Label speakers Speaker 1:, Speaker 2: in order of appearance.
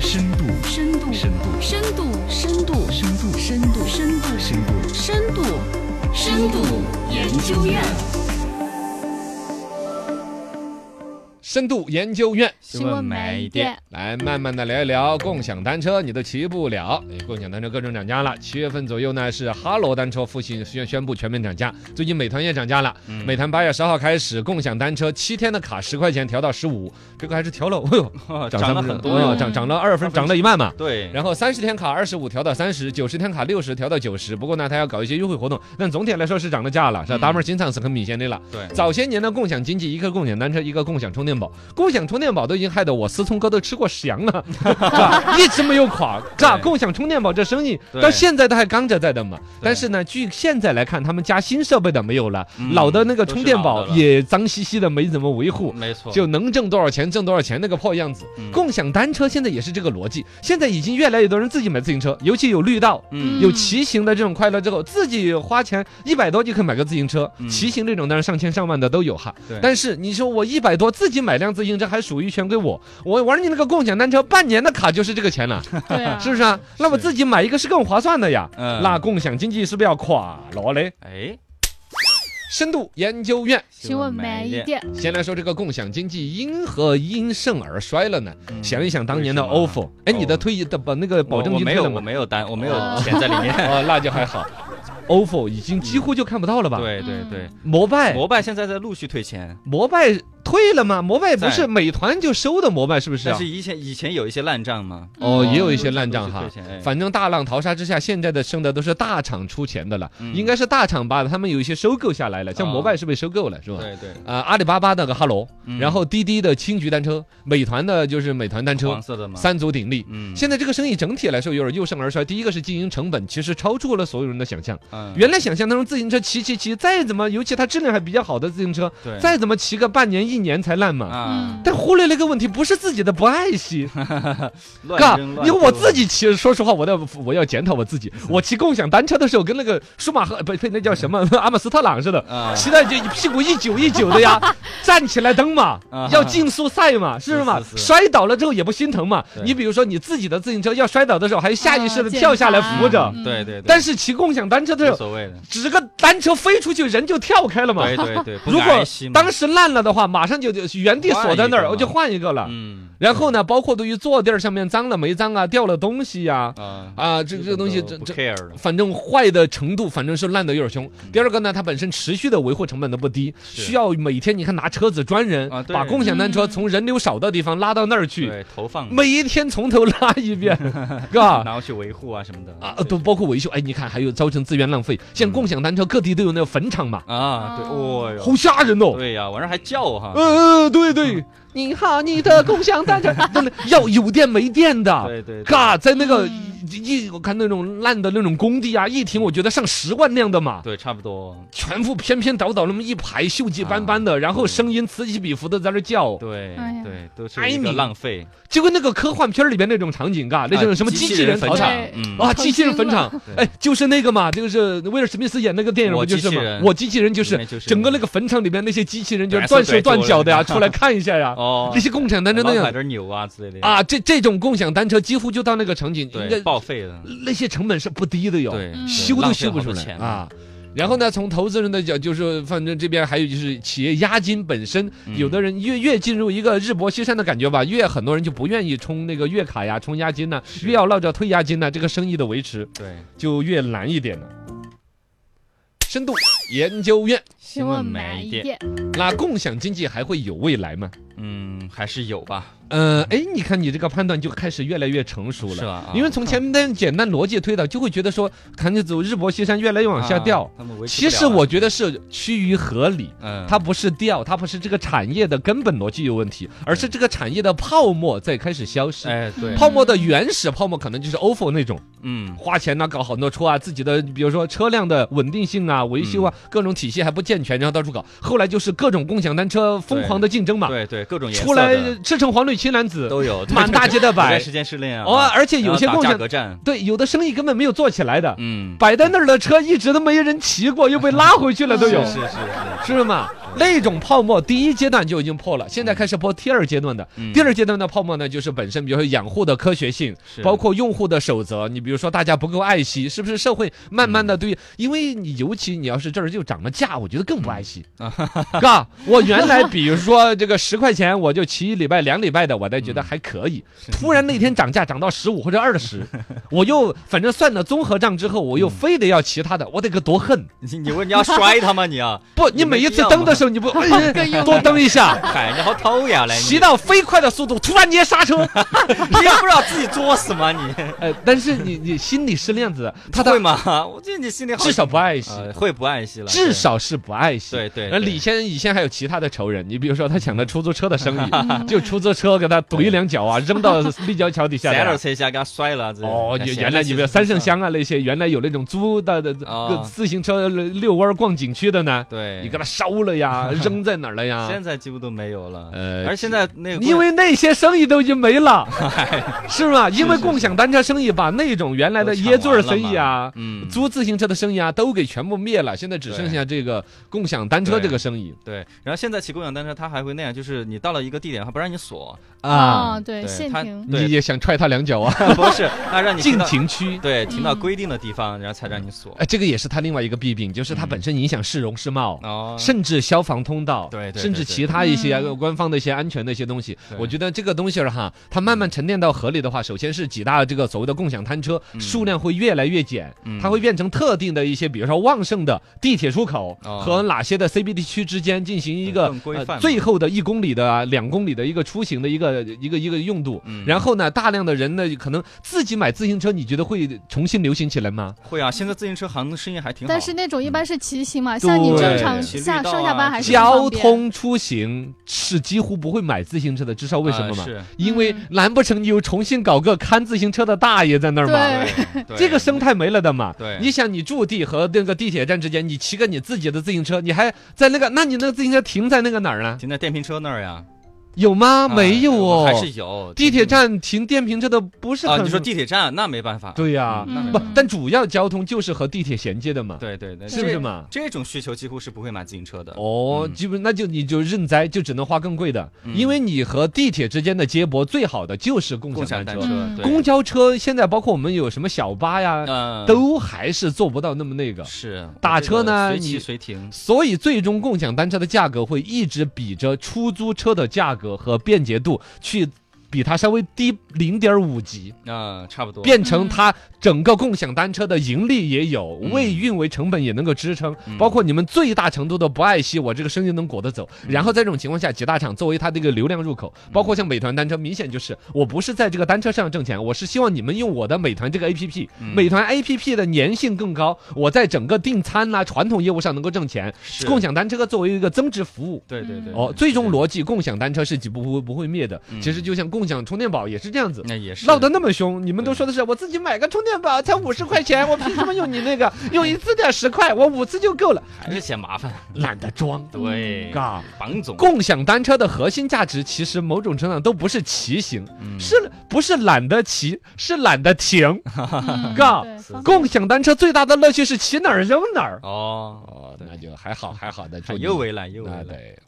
Speaker 1: 深度，
Speaker 2: 深度，
Speaker 1: 深度，
Speaker 2: 深度，深度，
Speaker 1: 深度，
Speaker 2: 深度，深度，
Speaker 1: 深度，
Speaker 2: 深度，深度研究院，
Speaker 3: 深度研究院
Speaker 4: 新闻买一点。
Speaker 3: 来慢慢的聊一聊共享单车，你都骑不了。哎共享单车各种涨价了。七月份左右呢，是哈罗单车复兴宣宣布全面涨价，最近美团也涨价了。
Speaker 4: 嗯
Speaker 3: 美团八月十号开始，共享单车七天的卡十块钱调到十五，这个还是调了，哎呦，
Speaker 4: 涨了
Speaker 3: 三分
Speaker 4: 很
Speaker 3: 之
Speaker 4: 多
Speaker 3: 哦
Speaker 4: 呀。
Speaker 3: 涨涨了二分，涨了一半嘛。
Speaker 4: 对，
Speaker 3: 然后三十天卡二十五调到三十，九十天卡六十调到九十。不过呢，它要搞一些优惠活动，但总体来说是涨了价了，是吧？
Speaker 4: 嗯
Speaker 3: 达门新厂是很明显的了。
Speaker 4: 对
Speaker 3: 早些年的共享经济，一个共享单车，一个共享充电宝，共享充电宝都已经害得我思聪哥都吃过屎羊了，是吧？ 一直没有垮，是吧？
Speaker 4: 对
Speaker 3: 共享充电宝这生意
Speaker 4: 对
Speaker 3: 到现在都还刚着在的嘛。
Speaker 4: 对
Speaker 3: 但是呢，据现在来看，他们家新设备的没有了，
Speaker 4: 嗯
Speaker 3: 老的那个
Speaker 4: 都是
Speaker 3: 充电
Speaker 4: 老
Speaker 3: 宝
Speaker 4: 的了嗯
Speaker 3: 也脏兮兮的，没怎么维护。
Speaker 4: 没错，
Speaker 3: 就能挣多少钱挣多少钱那个破样子。
Speaker 4: 嗯
Speaker 3: 共享单车现在也是这个逻辑，现在已经越来越多人自己买自行车，尤其有绿道。
Speaker 4: 嗯
Speaker 3: 有骑行的这种快乐之后，自己花钱一百多就可以买个自行车，
Speaker 4: 嗯
Speaker 3: 骑行这种当然上千上万的都有哈
Speaker 4: 对。
Speaker 3: 但是你说我一百多自己买辆自行车还属于全归我，我玩你那个共享单车半年的卡就是这个钱 了，
Speaker 2: 对啊，
Speaker 3: 是不是啊？那我自己买一个是更划算的呀。
Speaker 4: 嗯
Speaker 3: 那共享经济是不是要垮了嘞？
Speaker 4: 哎，
Speaker 3: 深度研究院
Speaker 2: 新闻慢一点。
Speaker 3: 先来说这个共享经济因何因盛而衰了呢？
Speaker 4: 嗯
Speaker 3: 想一想当年的
Speaker 4: 为什么
Speaker 3: ofo，哎，你的退役的把那个保证
Speaker 4: 我我
Speaker 3: 金
Speaker 4: 没
Speaker 3: 退
Speaker 4: 有，
Speaker 3: 了
Speaker 4: 我
Speaker 3: 吗？
Speaker 4: 没有单，我没有
Speaker 2: 哦
Speaker 4: 钱在里 面。
Speaker 3: 哦，那就还 好。ofo 已经几乎就看不到了吧？，嗯哎
Speaker 4: 对对对，
Speaker 3: 摩拜，
Speaker 4: 摩拜现在在陆续退钱，
Speaker 3: 摩拜退了吗？摩拜不是
Speaker 4: 在
Speaker 3: 美团就收的摩拜是不是
Speaker 4: 但
Speaker 3: 啊
Speaker 4: 是？嗯以前以前有一些烂账嘛，
Speaker 3: 哦，
Speaker 1: 嗯
Speaker 3: 也有一
Speaker 4: 一
Speaker 3: 些烂账哈。
Speaker 4: 哎
Speaker 3: 反正大浪淘沙之下，现在的剩的都是大厂出钱的了，
Speaker 4: 嗯
Speaker 3: 应该是大厂把他们有一些收购下来了，像
Speaker 4: 哦
Speaker 3: 摩拜是被收购了，是吧？
Speaker 4: 对对，
Speaker 3: 啊，阿里巴巴那个哈罗，
Speaker 4: 嗯
Speaker 3: 然后滴滴的青桔单车，美团的就是美团单车
Speaker 4: 黄，色的嘛，
Speaker 3: 三足鼎立。
Speaker 4: 嗯，
Speaker 3: 现在这个生意整体来说有点由盛而衰。第一个是经营成本，其实超出了所有人的想象。
Speaker 4: 嗯
Speaker 3: 原来想象当中，自行车骑骑骑，再怎么，尤其它质量还比较好的自行车，
Speaker 4: 对
Speaker 3: 再怎么骑个半年一年才烂嘛。
Speaker 4: 啊，
Speaker 3: 但忽略了一个问题，不是自己的不爱惜，
Speaker 4: 乱扔乱
Speaker 3: 因为我
Speaker 4: 丢
Speaker 3: 自己骑，说实话，我要我要检讨我自己。我骑共享单车的时候，跟那个舒马赫不不，那叫什么阿姆斯特朗似的，
Speaker 4: 啊，
Speaker 3: 骑的就一屁股一九一九的呀，站起来蹬嘛
Speaker 4: 啊，
Speaker 3: 要竞速赛 嘛，是不是嘛？
Speaker 4: 是是是
Speaker 3: 摔倒了之后也不心疼嘛。
Speaker 4: 对
Speaker 3: 你比如说你自己的自行车要摔倒的时候，还下意识的
Speaker 2: 啊
Speaker 3: 跳下来
Speaker 2: 检查
Speaker 3: 扶着，
Speaker 2: 嗯
Speaker 4: 对对，对
Speaker 3: 但是骑共享单车的时
Speaker 4: 无
Speaker 3: 候，
Speaker 4: 所谓的，
Speaker 3: 只个单车飞出去，人就跳开了嘛。
Speaker 4: 对对对，不
Speaker 3: 如
Speaker 4: 敢
Speaker 3: 果
Speaker 4: 爱惜嘛
Speaker 3: 当时烂了的话，马上就就原地锁在那
Speaker 4: 换一
Speaker 3: 儿，
Speaker 4: 个
Speaker 3: 我就
Speaker 4: 嘛
Speaker 3: 换一个了。
Speaker 4: 嗯
Speaker 3: 然后呢，包括对于坐垫儿上面脏了没脏啊，掉了东西呀，
Speaker 4: 啊
Speaker 3: 啊，这这个东西
Speaker 4: 都
Speaker 3: 这
Speaker 4: 不
Speaker 3: 这
Speaker 4: care 了，
Speaker 3: 反正坏的程度，反正是烂的有点凶。第二个呢，它本身持续的维护成本都不低，
Speaker 4: 嗯是
Speaker 3: 需要每天你看拿车子专人
Speaker 4: 啊对
Speaker 3: 把共享单车从人流少的地方拉到那儿去，
Speaker 4: 对，投放嘛
Speaker 3: 每一天从头拉一 遍，是吧？
Speaker 4: 然后去维护啊什么的
Speaker 3: 啊，都包括维修，哎，你看还有造成资源浪费，像共享单车各地都有那个坟场嘛，
Speaker 4: 啊，对，哦哟，
Speaker 3: 好吓人哦。
Speaker 4: 对呀，嗯晚上还叫哈，
Speaker 3: 呃，对对，你好，你的共享 单车，真的要有电没电的，
Speaker 4: 对对，对
Speaker 3: 嘎，在那个
Speaker 2: 嗯
Speaker 3: 一我看那种烂的那种工地啊，一停我觉得上十万那样的嘛，
Speaker 4: 对，差不多，
Speaker 3: 全部偏偏倒倒那么一排，锈迹斑斑
Speaker 4: 啊
Speaker 3: 的，然后声音此起彼伏的在那叫，
Speaker 4: 对
Speaker 2: 哎呀
Speaker 4: 对，都是
Speaker 3: 哀
Speaker 4: 一个
Speaker 3: 鸣
Speaker 4: 浪费，
Speaker 3: 就跟那个科幻片里边那种场景，嘎，那种
Speaker 4: 啊
Speaker 3: 什么
Speaker 4: 机
Speaker 3: 机
Speaker 4: 器
Speaker 3: 器人
Speaker 4: 人
Speaker 3: 淘
Speaker 4: 坟
Speaker 3: 场
Speaker 4: 场。
Speaker 2: 对
Speaker 4: 嗯
Speaker 3: 啊，
Speaker 2: 成
Speaker 3: 机器人
Speaker 2: 精
Speaker 3: 坟
Speaker 2: 了
Speaker 3: 场，
Speaker 4: 对
Speaker 3: 哎，就是那个嘛，就是威尔史密斯演那个电影
Speaker 4: 我
Speaker 3: 不就
Speaker 4: 机
Speaker 3: 是
Speaker 4: 器
Speaker 3: 嘛
Speaker 4: 人，
Speaker 3: 我机器人就
Speaker 4: 里
Speaker 3: 是
Speaker 4: 面就是
Speaker 3: 整个那个坟场里边那些机器人就是
Speaker 4: 对
Speaker 3: 断
Speaker 4: 手
Speaker 3: 手断
Speaker 4: 断
Speaker 3: 脚的呀，
Speaker 4: 脚
Speaker 3: 出来看一下呀，
Speaker 4: 哦
Speaker 3: 那，些共享单车那
Speaker 4: 老
Speaker 3: 样
Speaker 4: 买点牛啊之类的，
Speaker 3: 啊，这这种共享单车几乎就到那个场景，应
Speaker 4: 对，
Speaker 3: 该
Speaker 4: 报废了，
Speaker 3: 那些成本是不低的哟，
Speaker 4: 对，对
Speaker 3: 修
Speaker 4: 浪
Speaker 3: 都
Speaker 4: 费
Speaker 3: 修不
Speaker 4: 好
Speaker 3: 出
Speaker 4: 多
Speaker 3: 来
Speaker 4: 钱
Speaker 3: 啊。然后呢，从投资人的角，就是反正这边还有就是企业押金本身，
Speaker 4: 嗯
Speaker 3: 有的人越越进入一个日薄西山的感觉吧，越很多人就不愿意充那个月卡呀，充押金呐，越要闹着退押金呐，这个生意的维持
Speaker 4: 对，
Speaker 3: 就越难一点了。深度研究院，
Speaker 2: 新闻慢一点。
Speaker 3: 那共享经济还会有未来吗？
Speaker 4: 嗯，还是有吧，
Speaker 3: 呃，哎，你看你这个判断就开始越来越成熟
Speaker 4: 是
Speaker 3: 了。
Speaker 4: 吧？啊
Speaker 3: 因为从前面的简单逻辑推导，就会觉得说，赶紧走日薄西山，越来越往下掉。，
Speaker 4: 啊他们维持不
Speaker 3: 其
Speaker 4: 了
Speaker 3: 实
Speaker 4: 了啊
Speaker 3: 我，觉得是趋于合理。
Speaker 4: 嗯，
Speaker 3: 它不是掉，它不是这个产业的根本逻辑有问题，而是这个产业的泡沫在开始消失。
Speaker 4: 嗯哎，对，
Speaker 3: 泡沫的原始泡沫可能就是 OFO 那种，
Speaker 4: 嗯，
Speaker 3: 花钱呐、搞好多车啊，自己的比如说车辆的稳定性啊、维修啊，
Speaker 4: 嗯
Speaker 3: 各种体系还不健全，然后到处搞。后来就是各种共享单车疯狂的竞争嘛，
Speaker 4: 对对，各种颜
Speaker 3: 出
Speaker 4: 色
Speaker 3: 来
Speaker 4: 的
Speaker 3: 赤橙黄绿青蓝紫，
Speaker 4: 都 有，对
Speaker 3: 满大街的
Speaker 4: 对对
Speaker 3: 摆
Speaker 4: 时。间是那样，
Speaker 3: 哦，
Speaker 4: 啊
Speaker 3: 而且有些
Speaker 4: 然后
Speaker 3: 共
Speaker 4: 打价
Speaker 3: 享
Speaker 4: 格战，
Speaker 3: 对有的生意根本没有做起来的，
Speaker 4: 嗯，
Speaker 3: 摆在那儿的车一直都没人骑过，又被拉回去了都有。
Speaker 4: 是是是，
Speaker 3: 是嘛？那种泡沫第一阶段就已经破了，现在开始破第二阶段的。
Speaker 4: 嗯
Speaker 3: 第二阶段的泡沫呢，就是本身，比如说养护的科学性，
Speaker 4: 是
Speaker 3: 包括用户的守则。你比如说，大家不够爱惜，是不是社会慢慢
Speaker 4: 嗯
Speaker 3: 的对？因为你尤其你要是这儿就涨了价，我觉得更不爱惜。
Speaker 4: 嗯
Speaker 3: 嘎，我原来比如说这个十块钱，我就骑一礼拜、两礼拜的，我才觉
Speaker 4: 嗯
Speaker 3: 得还可以。突然那天涨价涨到十五或者二十，我又反正算了综合账之后，我又
Speaker 4: 嗯
Speaker 3: 非得要骑它的，我得个多恨！
Speaker 4: 你你问你要 摔他吗？你啊，
Speaker 3: 不，你
Speaker 4: 你
Speaker 3: 每
Speaker 4: 没
Speaker 3: 一
Speaker 4: 必
Speaker 3: 次
Speaker 4: 要
Speaker 3: 蹬
Speaker 4: 嘛
Speaker 3: 的时候你不、 哎多蹬一下。
Speaker 4: 嗨，你好偷呀，来，
Speaker 3: 骑
Speaker 4: 你
Speaker 3: 到飞快的速度，突然捏刹 车，
Speaker 4: 你也不知道自己作死吗？你
Speaker 3: 呃，但是你你心里是那样子的， 他的
Speaker 4: 会吗？我觉得你心里好
Speaker 3: 至少不爱惜，
Speaker 4: 呃会不爱惜了，
Speaker 3: 至
Speaker 4: 对
Speaker 3: 少是不爱惜。
Speaker 4: 对对
Speaker 3: 那
Speaker 4: 对
Speaker 3: 李先以前还有其他的仇人，你比如说他抢了出租车的生 意，就出租车给他怼两脚啊，扔到立交桥底下
Speaker 4: 踩
Speaker 3: 来
Speaker 4: 了
Speaker 3: 啊。
Speaker 4: 车一下给他摔了之类的。
Speaker 3: 哦，
Speaker 4: 那
Speaker 3: 原
Speaker 4: 显
Speaker 3: 原
Speaker 4: 得
Speaker 3: 来
Speaker 4: 其
Speaker 3: 你
Speaker 4: 实
Speaker 3: 们三
Speaker 4: 不
Speaker 3: 圣
Speaker 4: 像，
Speaker 3: 乡啊那些，原来有那种租的的
Speaker 4: 哦
Speaker 3: 个自行车遛弯儿逛景区的呢，
Speaker 4: 对，
Speaker 3: 你给他烧了 呀，扔在哪儿了呀？
Speaker 4: 现在几乎都没有了。
Speaker 3: 啊呃
Speaker 4: 而现在那 个
Speaker 3: 因为那些生意都已经没 了，
Speaker 4: 哎
Speaker 3: 是吧？因为共享单车生意把那种原来的椰子儿生意啊、
Speaker 4: 嗯，
Speaker 3: 租自行车的生意啊都给全部灭了，现在只剩下这个共享单车这个生意
Speaker 4: 对，然后现在骑共享单车，它还会那样，就是你到了一个地点，它不让你锁，
Speaker 3: 啊。
Speaker 1: 哦，对，
Speaker 4: 对
Speaker 1: 限
Speaker 4: 他
Speaker 1: 停，
Speaker 4: 对
Speaker 3: 你也想踹他两脚啊？
Speaker 4: 不是，它让你停
Speaker 3: 禁
Speaker 4: 到，
Speaker 3: 停区。
Speaker 4: 对，停到
Speaker 1: 嗯
Speaker 4: 规定的地方，然后才让你锁。
Speaker 3: 哎，这个也是他另外一个弊病，就是它本身影响市容市貌，
Speaker 4: 哦，
Speaker 3: 甚至消防通道，
Speaker 4: 对对对
Speaker 3: 甚至
Speaker 4: 对
Speaker 3: 其他一些呃
Speaker 1: 嗯
Speaker 3: 官方的一些安全的一些东西。
Speaker 4: 对
Speaker 3: 我觉得这个东西儿哈，它慢慢沉淀到河里的话，首先是几大这个所谓的共享单车
Speaker 4: 嗯
Speaker 3: 数量会越来越减，
Speaker 4: 嗯
Speaker 3: 它会变成特定的一些，比如说旺盛的地铁出口
Speaker 4: 哦
Speaker 3: 和哪些的 CBD 区之间进行一
Speaker 4: 对
Speaker 3: 个
Speaker 4: 更规
Speaker 3: 呃
Speaker 4: 范嘛
Speaker 3: 最后的一公里的啊两公里的一个出行的一个一个一个用度。
Speaker 4: 嗯
Speaker 3: 然后呢，大量的人呢，可能自己买自行车，你觉得会重新流行起来吗？
Speaker 4: 会啊，现在自行车行的生意还挺好。
Speaker 1: 但是那种一般是骑行嘛，啊像你正
Speaker 3: 对
Speaker 1: 常
Speaker 4: 骑绿
Speaker 1: 下
Speaker 4: 道
Speaker 1: 上下
Speaker 4: 啊
Speaker 1: 班还是不
Speaker 3: 交
Speaker 1: 方便
Speaker 3: 通出行是几乎不会买自行车的，知道为什么吗？
Speaker 4: 啊是
Speaker 3: 因为
Speaker 1: 嗯
Speaker 3: 难不成你又重新搞个看自行车的大爷在那儿吗？
Speaker 1: 对，
Speaker 4: 对，对
Speaker 3: 这个生态没了的嘛。
Speaker 4: 对
Speaker 3: 你想你驻地和那个地铁站之间，你骑个你自己的自行车，你还在那个，那你那个自行车停在那个哪儿呢？
Speaker 4: 停在电瓶车那儿呀？
Speaker 3: 有吗？
Speaker 4: 啊
Speaker 3: 没有
Speaker 4: 我还是
Speaker 3: 哦。
Speaker 4: 有
Speaker 3: 地铁站停电瓶车的不是
Speaker 4: 啊？
Speaker 3: 很
Speaker 4: 你说地铁站那没办法。
Speaker 3: 对呀、
Speaker 4: 嗯那没
Speaker 1: 嗯
Speaker 3: 不
Speaker 4: 办法，
Speaker 3: 但主要交通就是和地铁衔接的嘛，
Speaker 4: 对对对，
Speaker 3: 是不是
Speaker 4: 这？
Speaker 3: 嘛？
Speaker 4: 这种需求几乎是不会买自行车的。
Speaker 3: 哦，
Speaker 4: 嗯
Speaker 3: 基本那就你就认栽，就只能花更贵的，
Speaker 4: 嗯
Speaker 3: 因为你和地铁之间的接驳最好的就是共
Speaker 4: 共
Speaker 3: 享
Speaker 4: 享
Speaker 3: 单
Speaker 4: 单
Speaker 3: 车
Speaker 4: 车，，
Speaker 1: 嗯
Speaker 4: 对
Speaker 3: 公交车现在包括我们有什么小巴呀，
Speaker 4: 嗯
Speaker 3: 都还是做不到那么那个。
Speaker 4: 是
Speaker 3: 打车呢
Speaker 4: 随骑
Speaker 3: 你
Speaker 4: 随停。
Speaker 3: 所以最终共享单车的价格会一直比着出租车的价格和便捷度去比它稍微低零点五级，
Speaker 4: 啊，差不多。
Speaker 3: 变成它整个共享单车的盈利也有，
Speaker 4: 嗯
Speaker 3: 为运维成本也能够支撑，
Speaker 4: 嗯
Speaker 3: 包括你们最大程度的不爱惜，我这个生意能裹得走。
Speaker 4: 嗯
Speaker 3: 然后在这种情况下，几大厂作为它这个流量入口，包括像美团单车，明显就是我不是在这个单车上挣钱，我是希望你们用我的美团这个 APP，
Speaker 4: 嗯
Speaker 3: 美团 APP 的粘性更高，我在整个订餐呐、啊传统业务上能够挣钱，
Speaker 4: 是
Speaker 3: 共享单车作为一个增值服务。
Speaker 4: 对对对。
Speaker 3: 哦，最终
Speaker 4: 是
Speaker 3: 逻辑，共享单车是几不不不会灭的。
Speaker 4: 嗯
Speaker 3: 其实就像共享充电宝也是这样子，
Speaker 4: 那也是
Speaker 3: 闹得那么凶，你们都
Speaker 4: 对
Speaker 3: 说的是我自己买个充电宝才五十块钱，我凭什么用你那个？用一次点十块，我五次就够了，
Speaker 4: 还是嫌麻烦。
Speaker 3: 懒得装，
Speaker 4: 对，嗯
Speaker 3: 嘎。
Speaker 4: 绑总
Speaker 3: 共享单车的核心价值，其实某种程度上都不是骑行，
Speaker 4: 嗯
Speaker 3: 是不是懒得骑，是懒得停。
Speaker 1: 嗯
Speaker 3: 杠
Speaker 1: 对方
Speaker 3: 共享单车最大的乐趣是骑哪儿扔哪儿。
Speaker 4: 哦，
Speaker 3: 哦，那就还好，还好的，
Speaker 4: 还
Speaker 3: 就
Speaker 4: 又为难又为
Speaker 3: 啊，
Speaker 4: 难。
Speaker 3: 对。